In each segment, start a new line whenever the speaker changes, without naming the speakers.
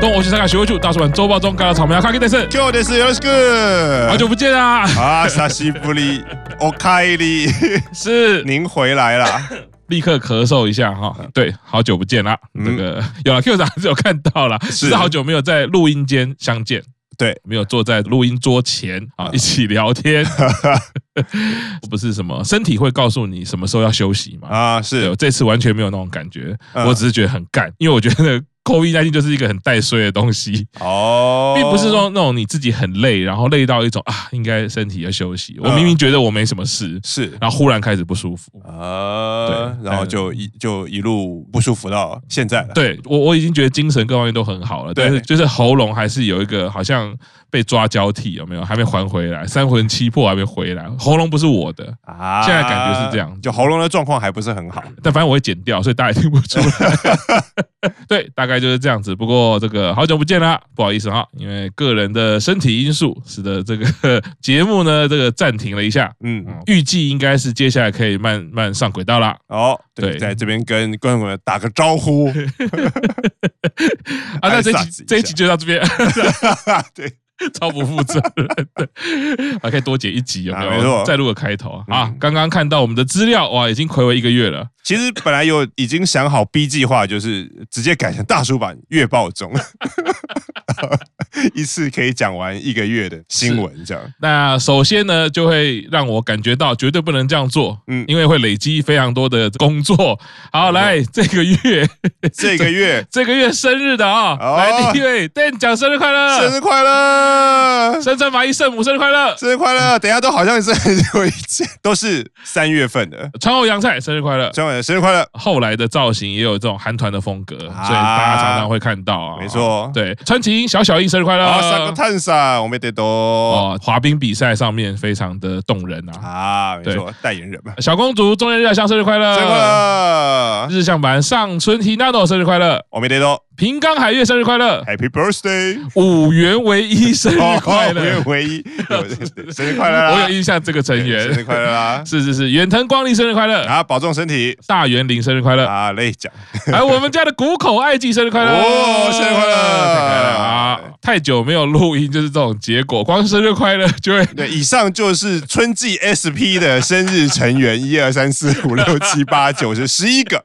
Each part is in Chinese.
东欧西三卡学会处大叔版周报中看到草莓要看给电视，
今日ですよろしく。
好久不见啊！
啊，沙西布里，我开里，
是
您回来啦。
立刻咳嗽一下哈，对，好久不见啦，这个有了 Q 长是有看到啦，
是
嗯是好久没有在录音间相见，
对，
没有坐在录音桌前啊一起聊 天，不是什么身体会告诉你什么时候要休息嘛？
啊，
对，
是
我这次完全没有那种感觉，
嗯
我只是觉得很干，因为我觉得 COVID 1 9就是一个很带衰的东西，
哦，
并不是说那种你自己很累，然后累到一种啊，应该身体要休息。我
嗯
明明觉得我没什么事，
是
然后忽然开始不舒服。
啊，
对
然后就一就一路不舒服到现在了。
对我，我已经觉得精神各方面都很好了，
对
但是就是喉咙还是有一个好像被抓交替，有没有？还没还回来，三魂七魄还没回来，喉咙不是我的，
啊
现在感觉是这样
就喉咙的状况还不是很好。
但反正我会剪掉，所以大家也听不出来。 对，大概就是这样子。不过这个好久不见啦，不好意思哈，因为个人的身体因素，使得这个节目呢这个暂停了一下。
嗯，
预计应该是接下来可以慢慢上轨道啦。
哦，对，
对
在这边跟观众朋友打个 招呼。
啊，那这一
哎
集
sucks 一下
这一集就到这边，
对，
超不负责任的， 还可以多解一集有没
啊没
有？
错
再录个开头
嗯
啊！刚刚看到我们的资料，哇，已经暌违一个月了。
其实本来有已经想好 B 计划，就是直接改成大叔版月报中，一次可以讲完一个月的新闻，这样
那首先呢，就会让我感觉到绝对不能这样做，嗯
嗯，
因为会累积非常多的工作。好，来这个月，
这个月
这个月生日的啊、
哦
来第一位 Dan 讲生日快
生
乐，
日快乐！
深圳麻衣圣母生日快乐，
生日快
嗯
乐！等一下都好像是很久以前，都是三月份的。
川后洋菜生日快乐，
张伟生日快乐！
后来的造型也有这种韩团的风格，所以
啊
大家常常会看到啊。
没错
对，川崎英小小英生日快乐！
啊，三个探傻，我们得多
嗯哦，滑冰比赛上面非常的动人啊。
啊，没错，代言人嘛，
小公主中原日向生日快乐！
生日快乐！
日向版上村缇娜诺生日快乐，
我们得多
平冈海月生日快乐，
Happy Birthday！
五原唯一生日快
哦
乐
我。唯一有生日快乐啦！
我有印象这个成员
生。日快乐啦！
是是是，远藤光利生日快乐，
啊，保重身体
大原林生日快乐，
啊，累讲
还有哎我们家的谷口爱纪生日快乐，
哦生日快乐哎
太可爱了啊！太久没有录音，就是这种结果，光生日快乐就会。
对，以上就是春季 SP 的生日成员，一二三四五六七八九十十一个，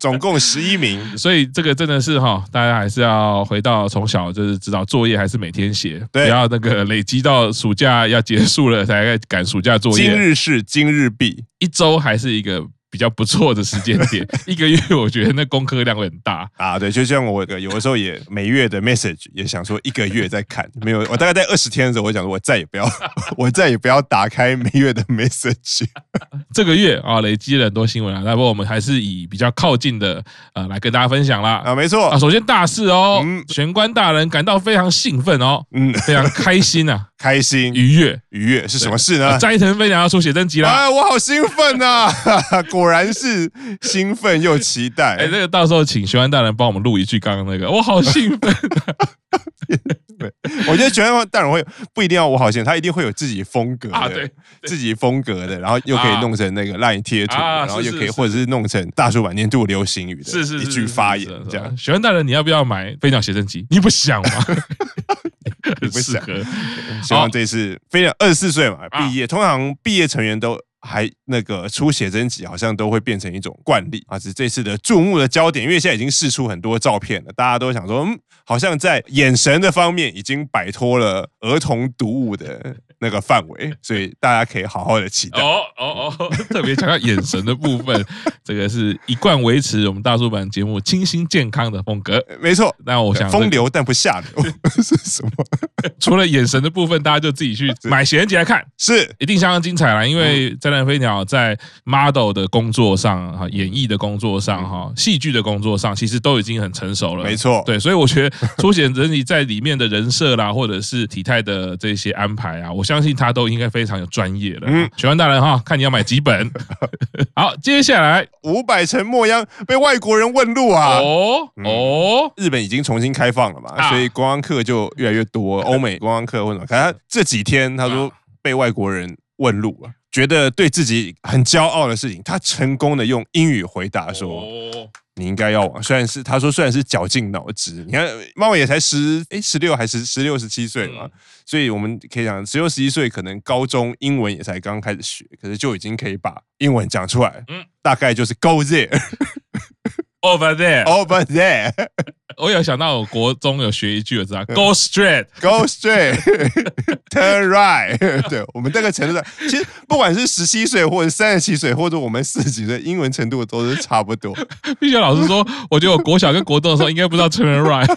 总共十一名。
所以这个真的是哈，大家还是要回到从小就是知道作业还是每天写，不
对
要那个累积到暑假要结束了才赶暑假作
今
业，
日事今日毕，
一周还是一个比较不错的时间 点，一个月我觉得那功课量会很大。
啊，对，就像我有的时候也每月的 message 也想说一个月再看，没有，我大概在二十天的时候，我想说我再也不要， 我再也不要打开每月的 message。
这个月啊，累积了很多新闻啊，那不过我们还是以比较靠近的呃来跟大家分享啦。
啊，没错
啊，，首先大事哦
嗯，
玄关大人感到非常兴奋哦，
嗯，
非常开心 啊，
开心
愉悦。
愉悦是什么事呢
啊？斋藤飞鸟要出写真集啦，
啊，我好兴奋呐、啊！ 果然是兴奋又期待。
哎，这个到时候请玄关大人帮我们录一句刚刚那个，我好兴奋。
我觉得全当然会不一定要我好先，他一定会有自己风格的，
啊对
自己风格的，然后又可以
啊
弄成那个 LINE 贴图，
啊
然后
是
又
是
可以
是
或者是弄成大叔版年度流行语 的
是是
一
是
句发言这。
是是哦
样
是。玄关大人，你要不要买飞鸟写真集？你不想 吗？很
不
适
想
合。
希望这次非常二十四岁
啊
嘛，毕业通常毕业成员都。还那个出写真集，好像都会变成一种惯例啊，只是这次的注目的焦点，因为现在已经试出很多照片了，大家都想说，嗯，好像在眼神的方面已经摆脱了儿童读物的那个范围，所以大家可以好好的期待。
哦哦哦， 特别强调眼神的部分，这个是一贯维持我们大叔版节目清新健康的风格。
没错，
那我想这个
风流但不下流 是什么？
除了眼神的部分，大家就自己去买写真集来看，
是
一定相当精彩
嗯
啦。因为《灾难飞鸟》在 model 的工作
嗯
上、哈演绎的工作上、哈戏剧的工作上，其实都已经很成熟了。
没错
对，所以我觉得出显整体在里面的人设啦，或者是体态的这些安排啊，我相信他都应该非常有专业了。嗯
嗯，
喜欢大人哈，看你要买几 本。好，接下来
五百城末央被外国人问路啊。
哦哦，
日本已经重新开放了嘛，
啊
所以观光客就
啊
越来越多，欧美观光客或者什么，可是他这几天他说被外国人问路了。啊觉得对自己很骄傲的事情，他成功的用英语回答说。
哦
你应该要往，虽然是他说虽然是绞尽脑汁，你看猫也才十哎十六还是十六十七岁嘛，
嗯
所以我们可以讲十六十一岁可能高中英文也才刚开始学，可是就已经可以把英文讲出来，
嗯
大概就是 go there
，over there，
over there
我有想到，我国中有学一句，我知道，go
嗯
straight，
go straight turn right，对 我们这个程度上，其实不管是十七岁或者三十七岁或者我们四十几岁，英文程度都是差不多，
必须老师说，我觉得我国小跟国中的时候应该不知道 turn right，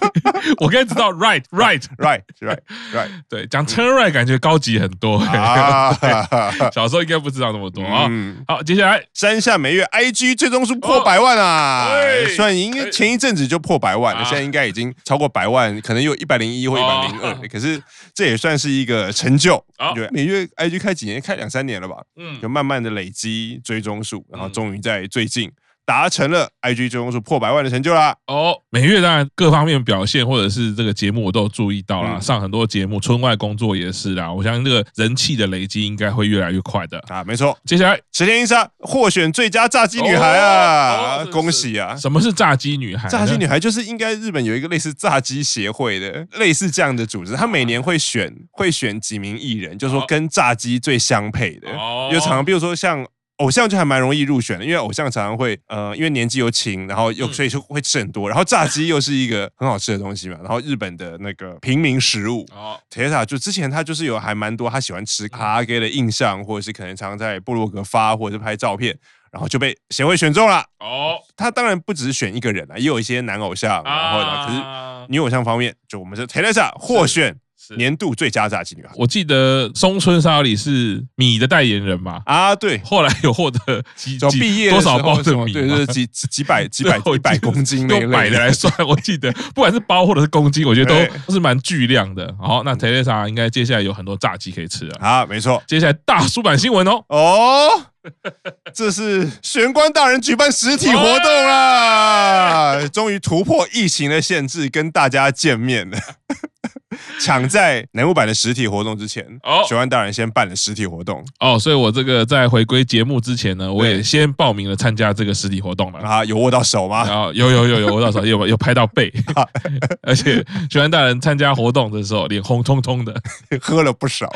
我 该知道 right right，
right right right
对，讲 turn right 感觉高级很多、
啊，
小时候应该不知道那么多啊、
嗯。
好，接下来
山下美月 IG 最终数破百万啊！
哦哎
虽然应该前一阵子就破百万了，
啊
现在应该已经超过百万，可能有一百零一或一百零
哦
二，可是这也算是一个成就
好。
对，每月 IG 开几年，开两三年了吧，
哦嗯
就，慢慢的累积追踪数，然后终于在最近达成了 IG 追踪数破百万的成就啦。
哦，每月当然各方面表现或者是这个节目我都有注意到啦，
嗯
上很多节目，村外工作也是啦，我相信这个人气的累积应该会越来越快的。
啊，没错，
接下来
池田英沙获选最佳炸鸡女孩啊
哦哦，是
恭喜啊！
什么是炸鸡女孩呢？
炸鸡女孩就是应该日本有一个类似炸鸡协会的类似这样的组织，他每年会选
哦
会选几名艺人，就说跟炸鸡最相配的。
哦
有常常比如说像偶像就还蛮容易入选的，因为偶像常常会呃因为年纪又轻，然后又
嗯
所以就会吃很多，然后炸鸡又是一个很好吃的东西嘛，然后日本的那个平民食物。
哦，
铁塔就之前他就是有还蛮多他喜欢吃卡拉 OK 的印象，或者是可能常常在部落格发或者是拍照片，然后就被协会选中了。
哦
他当然不只是选一个人啊，也有一些男偶像，啊然后呢，可是
啊，
女偶像方面，就我们是 Teresa 获选
是
年度最佳炸鸡女孩
我记得松村沙里是米的代言人嘛，
啊，对，
后来有获得几
就
几
毕业的
多
时
少
候
包
什
的
么
米
对，
嘛
就是几几 几百几百
对我
几百
记得
公斤那一
用百
类
的
的。
来算，我记得不管是包或者是公斤，我觉得
对
都是蛮巨量的。好，那 Teresa 应该接下来有很多炸鸡可以吃了。
啊，没错。
接下来大叔版新闻哦，
哦，这是玄关大人举办实体活动啦，
哦
终于突破疫情的限制，跟大家见面了。 抢在南木版的实体活动之前
哦，
玄关大人先办了实体活动，
哦，所以我这个在回归节目之前呢，我也先报名了参加这个实体活动了。
啊，有握到手吗？
然后有有有有，我到时候有有拍到背，
啊
而且学员大人参加活动的时候脸红彤彤的。
喝了不少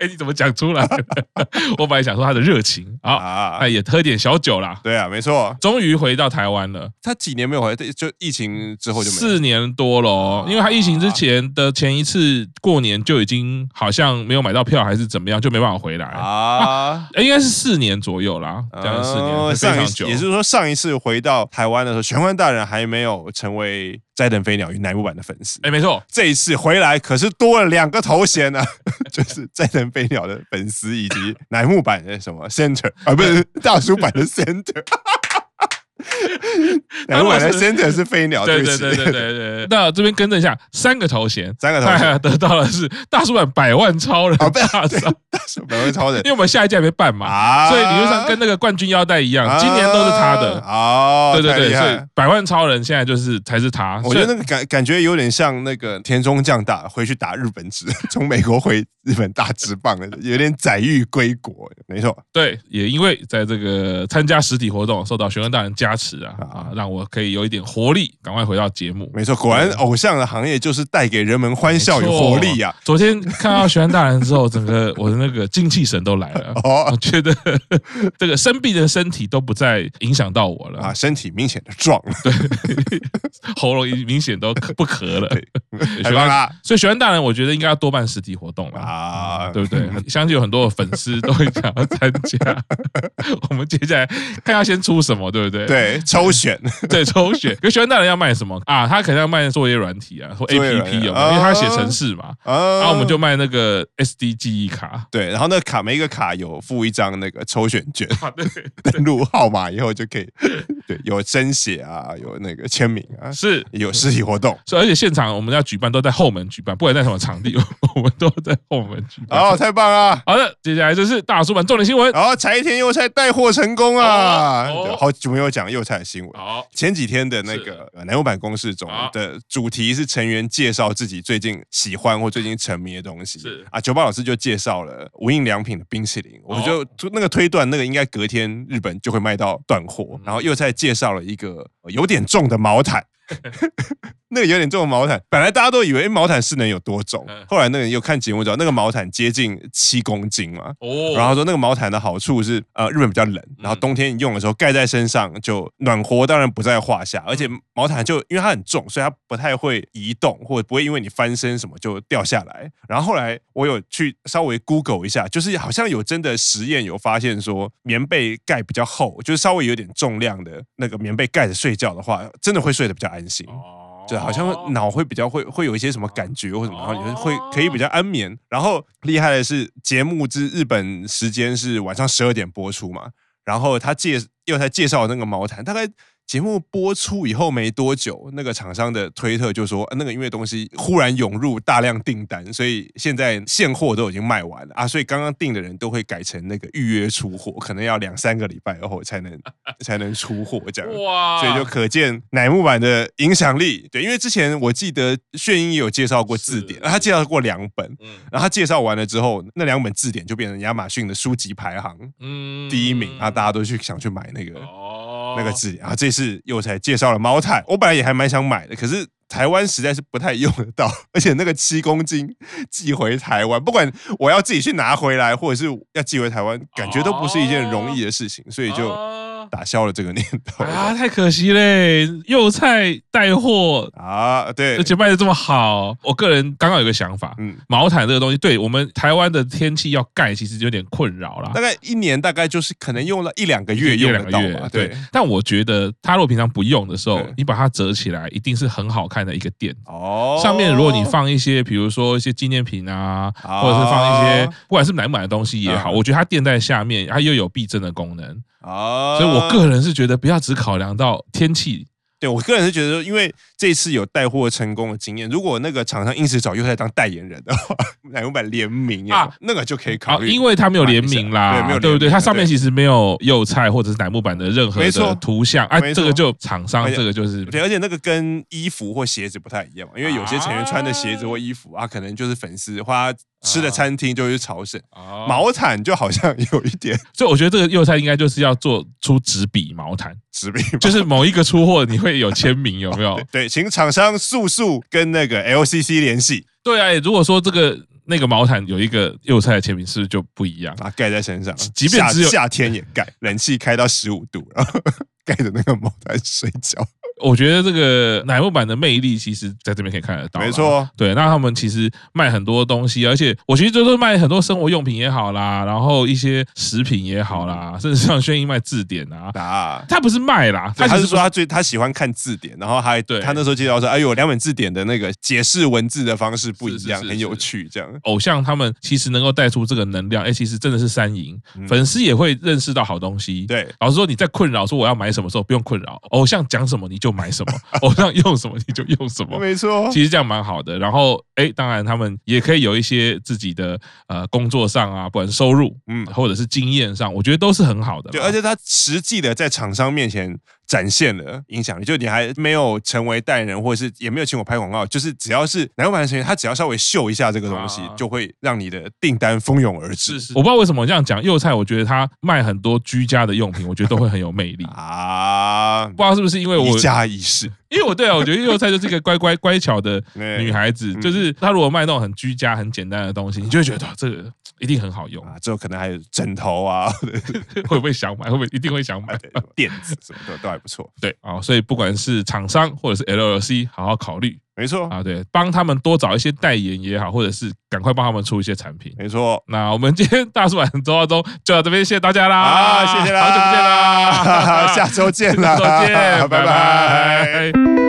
哎，你怎么讲出来的？ 我本来想说他的热情，好，
啊
那。也喝点小酒啦。
对啊，没错，
终于回到台湾了，
他几年没有回来，对就疫情之后就没有。啊
四年多了哦，因为他疫情之前的前一次过年就已经好像没有买到票，还是怎么样，就没办法回来。
啊。
哎应该是四年左右啦，这样哎四年、
哦
非
上
常
一
久。
也就是说上一次回到台湾的时候，玄幻大人还没有成为斋藤飞鸟与乃木坂的粉丝。
哎，没错，
这一次回来可是多了两个头衔啊， 就是斋藤飞鸟的粉丝以及乃木坂的什么 center 啊，不是大叔版的 center。乃木坂的 center 是飞鸟，
啊对
不
对
起
对对对 对。那这边更正一下，三个头衔，
三个头衔
他得到的是大叔版百万超人
啊不
大赏，
大叔版会超人
因为我们下一届还没办嘛，
啊
所以理论上跟那个冠军腰带一样，今年都是他的。
哦，
对对
太
对，
厉害
所以百万超人现在就是才是他。
我觉得那个感感觉有点像那个田中将大回去打日本职， 从美国回日本打职棒的，有点载誉归国，没错
对，也因为在这个参加实体活动，受到玄关大人加持啊
啊
啊，让我可以有一点活力，赶快回到节目。
没错，果然偶像的行业就是带给人们欢笑与活力啊呀、
昨天看到玄关大人之后，整个我的那个精气神都来 了。我
哦
觉得 这个生病的身体都不再影响到我了
啊，，身体明显的壮了，
喉咙已明显都不咳了。
太棒啦
所以玄关大人，我觉得应该要多办实体活动了。
啊！
嗯对不 对？相信有很多的粉丝都会想要参加。 我们接下来看要先出什么，对不对？
对，抽选
对，抽选。可是学生大人要卖什么啊？他可能要卖作业软体啊，或
作业
A P
软
P
体
有没有？
啊
因为他写程式嘛。
啊
然后我们就卖那个 S D 记忆卡。
对，然后那卡每一个卡有附一张那个抽选券，
啊，对，
登 录号码以后就可以，对，有真写啊，有那个签名 啊，
是。
有实体活动。
所以，而且现场我们要举办都在后门举办，不管在什么场地， 我们都在后门举办。
哦，太棒了！哦
好的，接下来就是大叔版重点新闻。
然后柴田优菜带货成功啊！
哦哦
对好久没有讲，讲幼菜的新闻。
好，
前几天的那个呃南油版公式中
好
的主题是成员介绍自己最近喜欢或最近沉迷的东西。
是
啊，酒吧老师就介绍了无印良品的冰淇淋，我
哦
就就那个推断，那个应该隔天日本就会卖到断货。
嗯
然后又再介绍了一个呃有点重的 毛毯。那个有点重的毛毯，本来大家都以为诶哎毛毯是能有多重
嗯，
后来那个人又看节目知道，那个毛毯接近七公斤嘛，
哦，
然后他说那个毛毯的好处是，呃，日本比较冷，然后冬天你用的时候盖在身上就暖和，当然不在话下。而且毛毯就因为它很重，所以它不太会移动，或者不会因为你翻身什么就掉下来。然后后来我有去稍微 Google 一下，就是好像有真的实验有发现说，棉被盖比较厚，就是稍微有点重量的那个棉被盖着睡觉的话，真的会睡得比较安心。
哦
对，好像会脑会比较会会有一些什么感觉或什么，然后你就会
哦
可以比较安眠。然后厉害的是，节目之日本时间是晚上十二点播出嘛，然后他介又才介绍那个毛毯，大概。节目播出以后没多久，那个厂商的推特就说，啊那个因为东西忽然涌入大量订单，所以现在现货都已经卖完了啊，所以刚刚订的人都会改成那个预约出货，可能要两三个礼拜后才能才能出货这样。
哇，
所以就可见乃木坂的影响力。对，因为之前我记得炫英也有介绍过字典，呃
是
他介绍过两本，
嗯
然后他介绍完了之后，那两本字典就变成亚马逊的书籍排行
嗯
第一名，啊，大家都去想去买那个
哦
那个字典。然后啊这次又才介绍了猫毯，我本来也还蛮想买的，可是。台湾实在是不太用得到， 而且那个七公斤寄回台湾，不管我要自己去拿回来，或者是要寄回台湾，感觉都不是一件容易的事情，所以就
啊
打消了这个念头
啊，太可惜嘞！幼菜带货，
啊。对
而，且卖的这么好，我个人刚刚有个想法，
嗯，
毛毯这个东西，对我们台湾的天气要盖，其实有点困扰啦
大。概一年大概就是可能用了一两个月
一
用
两
得
个
到
月
嘛，，
对
对。。
但我觉得，它如果平常不用的时候
对，
你把它折起来，一定是很好看的一个垫子。
哦
上面如果你放一些，比如说一些纪念品啊，
啊
或者是放一些不管是买不买的东西也好，
嗯
我觉得它垫在下面，它又有避震的功能，
哦
所以我个人是觉得不要只考量到天气，
对我个人是觉得说，因为这次有带货成功的经验，如果那个厂商因此找优太当代言人的话， 奶油版联名啊
啊，
那个就可以
啊
考，虑，
因为它没有联名啦，
对没有联名
对不对？它上面
对
其实没有幼菜或者是乃木坂的任何
没
的
错
图像，啊，
没错哎
这个就厂商
而且
这个就是
对，而且那个跟衣服或鞋子不太一样嘛，因为有些成员穿的鞋子或衣服啊，可能就是粉丝或他吃
啊
的餐厅就会去朝圣，
哦
毛毯就好像有一点
所以我觉得这个幼菜应该就是要做出纸笔毛 毯，
致命。
就是某一个出货你会有签名，有没 有？
对，请厂商速速跟那个 LCC 联系
对啊，如果说这个那个毛毯有一个幼菜的签名，是不是就不一样？
把它盖在身上，
即便
夏
只有
夏天也盖，冷气开到十五度，然后 盖着那个毛毯睡觉。
我觉得这个乃木坂的魅力，其实在这边可以看得到。
没，错，
对，那他们其实卖很多东西，而且我其实就是卖很多生活用品也好啦，然后一些食品也好啦，
嗯
甚至像轩逸卖字典啊，
啊。
他不是卖啦，
对
他
他
只
是
是
说
说
他最他喜欢看字典，然后还
对
他那时候介绍说，哎呦，两本字典的那个解释文字的方式不一样，
是是是
很有趣，这样
偶像他们其实能够带出这个能量，哎，其实真的是三赢，
嗯
粉丝也会认识到好东西。。
对。
老实说，你在困扰说我要买什么时候不用困扰，偶像讲什么你就买什 么，偶像用什么你就用什么，
没错，
其实这样蛮好的。然后，哎，当然他们也可以有一些自己的呃工作上啊，不管是收入，嗯
嗯，
或者是经验上，我觉得都是很好的啦。
对，而且他实际的在厂商面前展现了影响力，就你还没有成为代言人，或者是也没有请我拍广告，就是只要是南版的成员，他只要稍微秀一下这个东西
啊，
就会让你的订单蜂拥而至
是是，我不知道为什么这样讲。幼菜，我觉得他卖很多居家的用品，我觉得都会很有 魅力。
啊。
不知道是不是因为我
一，家一室，
因为我对啊，我觉得幼菜就是一个乖乖乖巧 的女
女
孩子，就是她如果卖那种很居家、很简单的东西，你就会觉得哇哦这个一定很好 用，
啊，之后可能还有枕头啊，或者是
会不会想买？会不会一定会 想买？
垫子什么的都还不错。
对啊，所以不管是厂商或者是 LLC，好好考虑。
没错，
啊，对，帮他们多找一些代言也好，或者是赶快帮他们出一些产品。
没错。
那我们今天大叔版周报中就到这边，谢谢大家啦，
啊，谢谢啦，
好久不见啦，
下周见
下
啦，
周见，拜
拜拜
拜。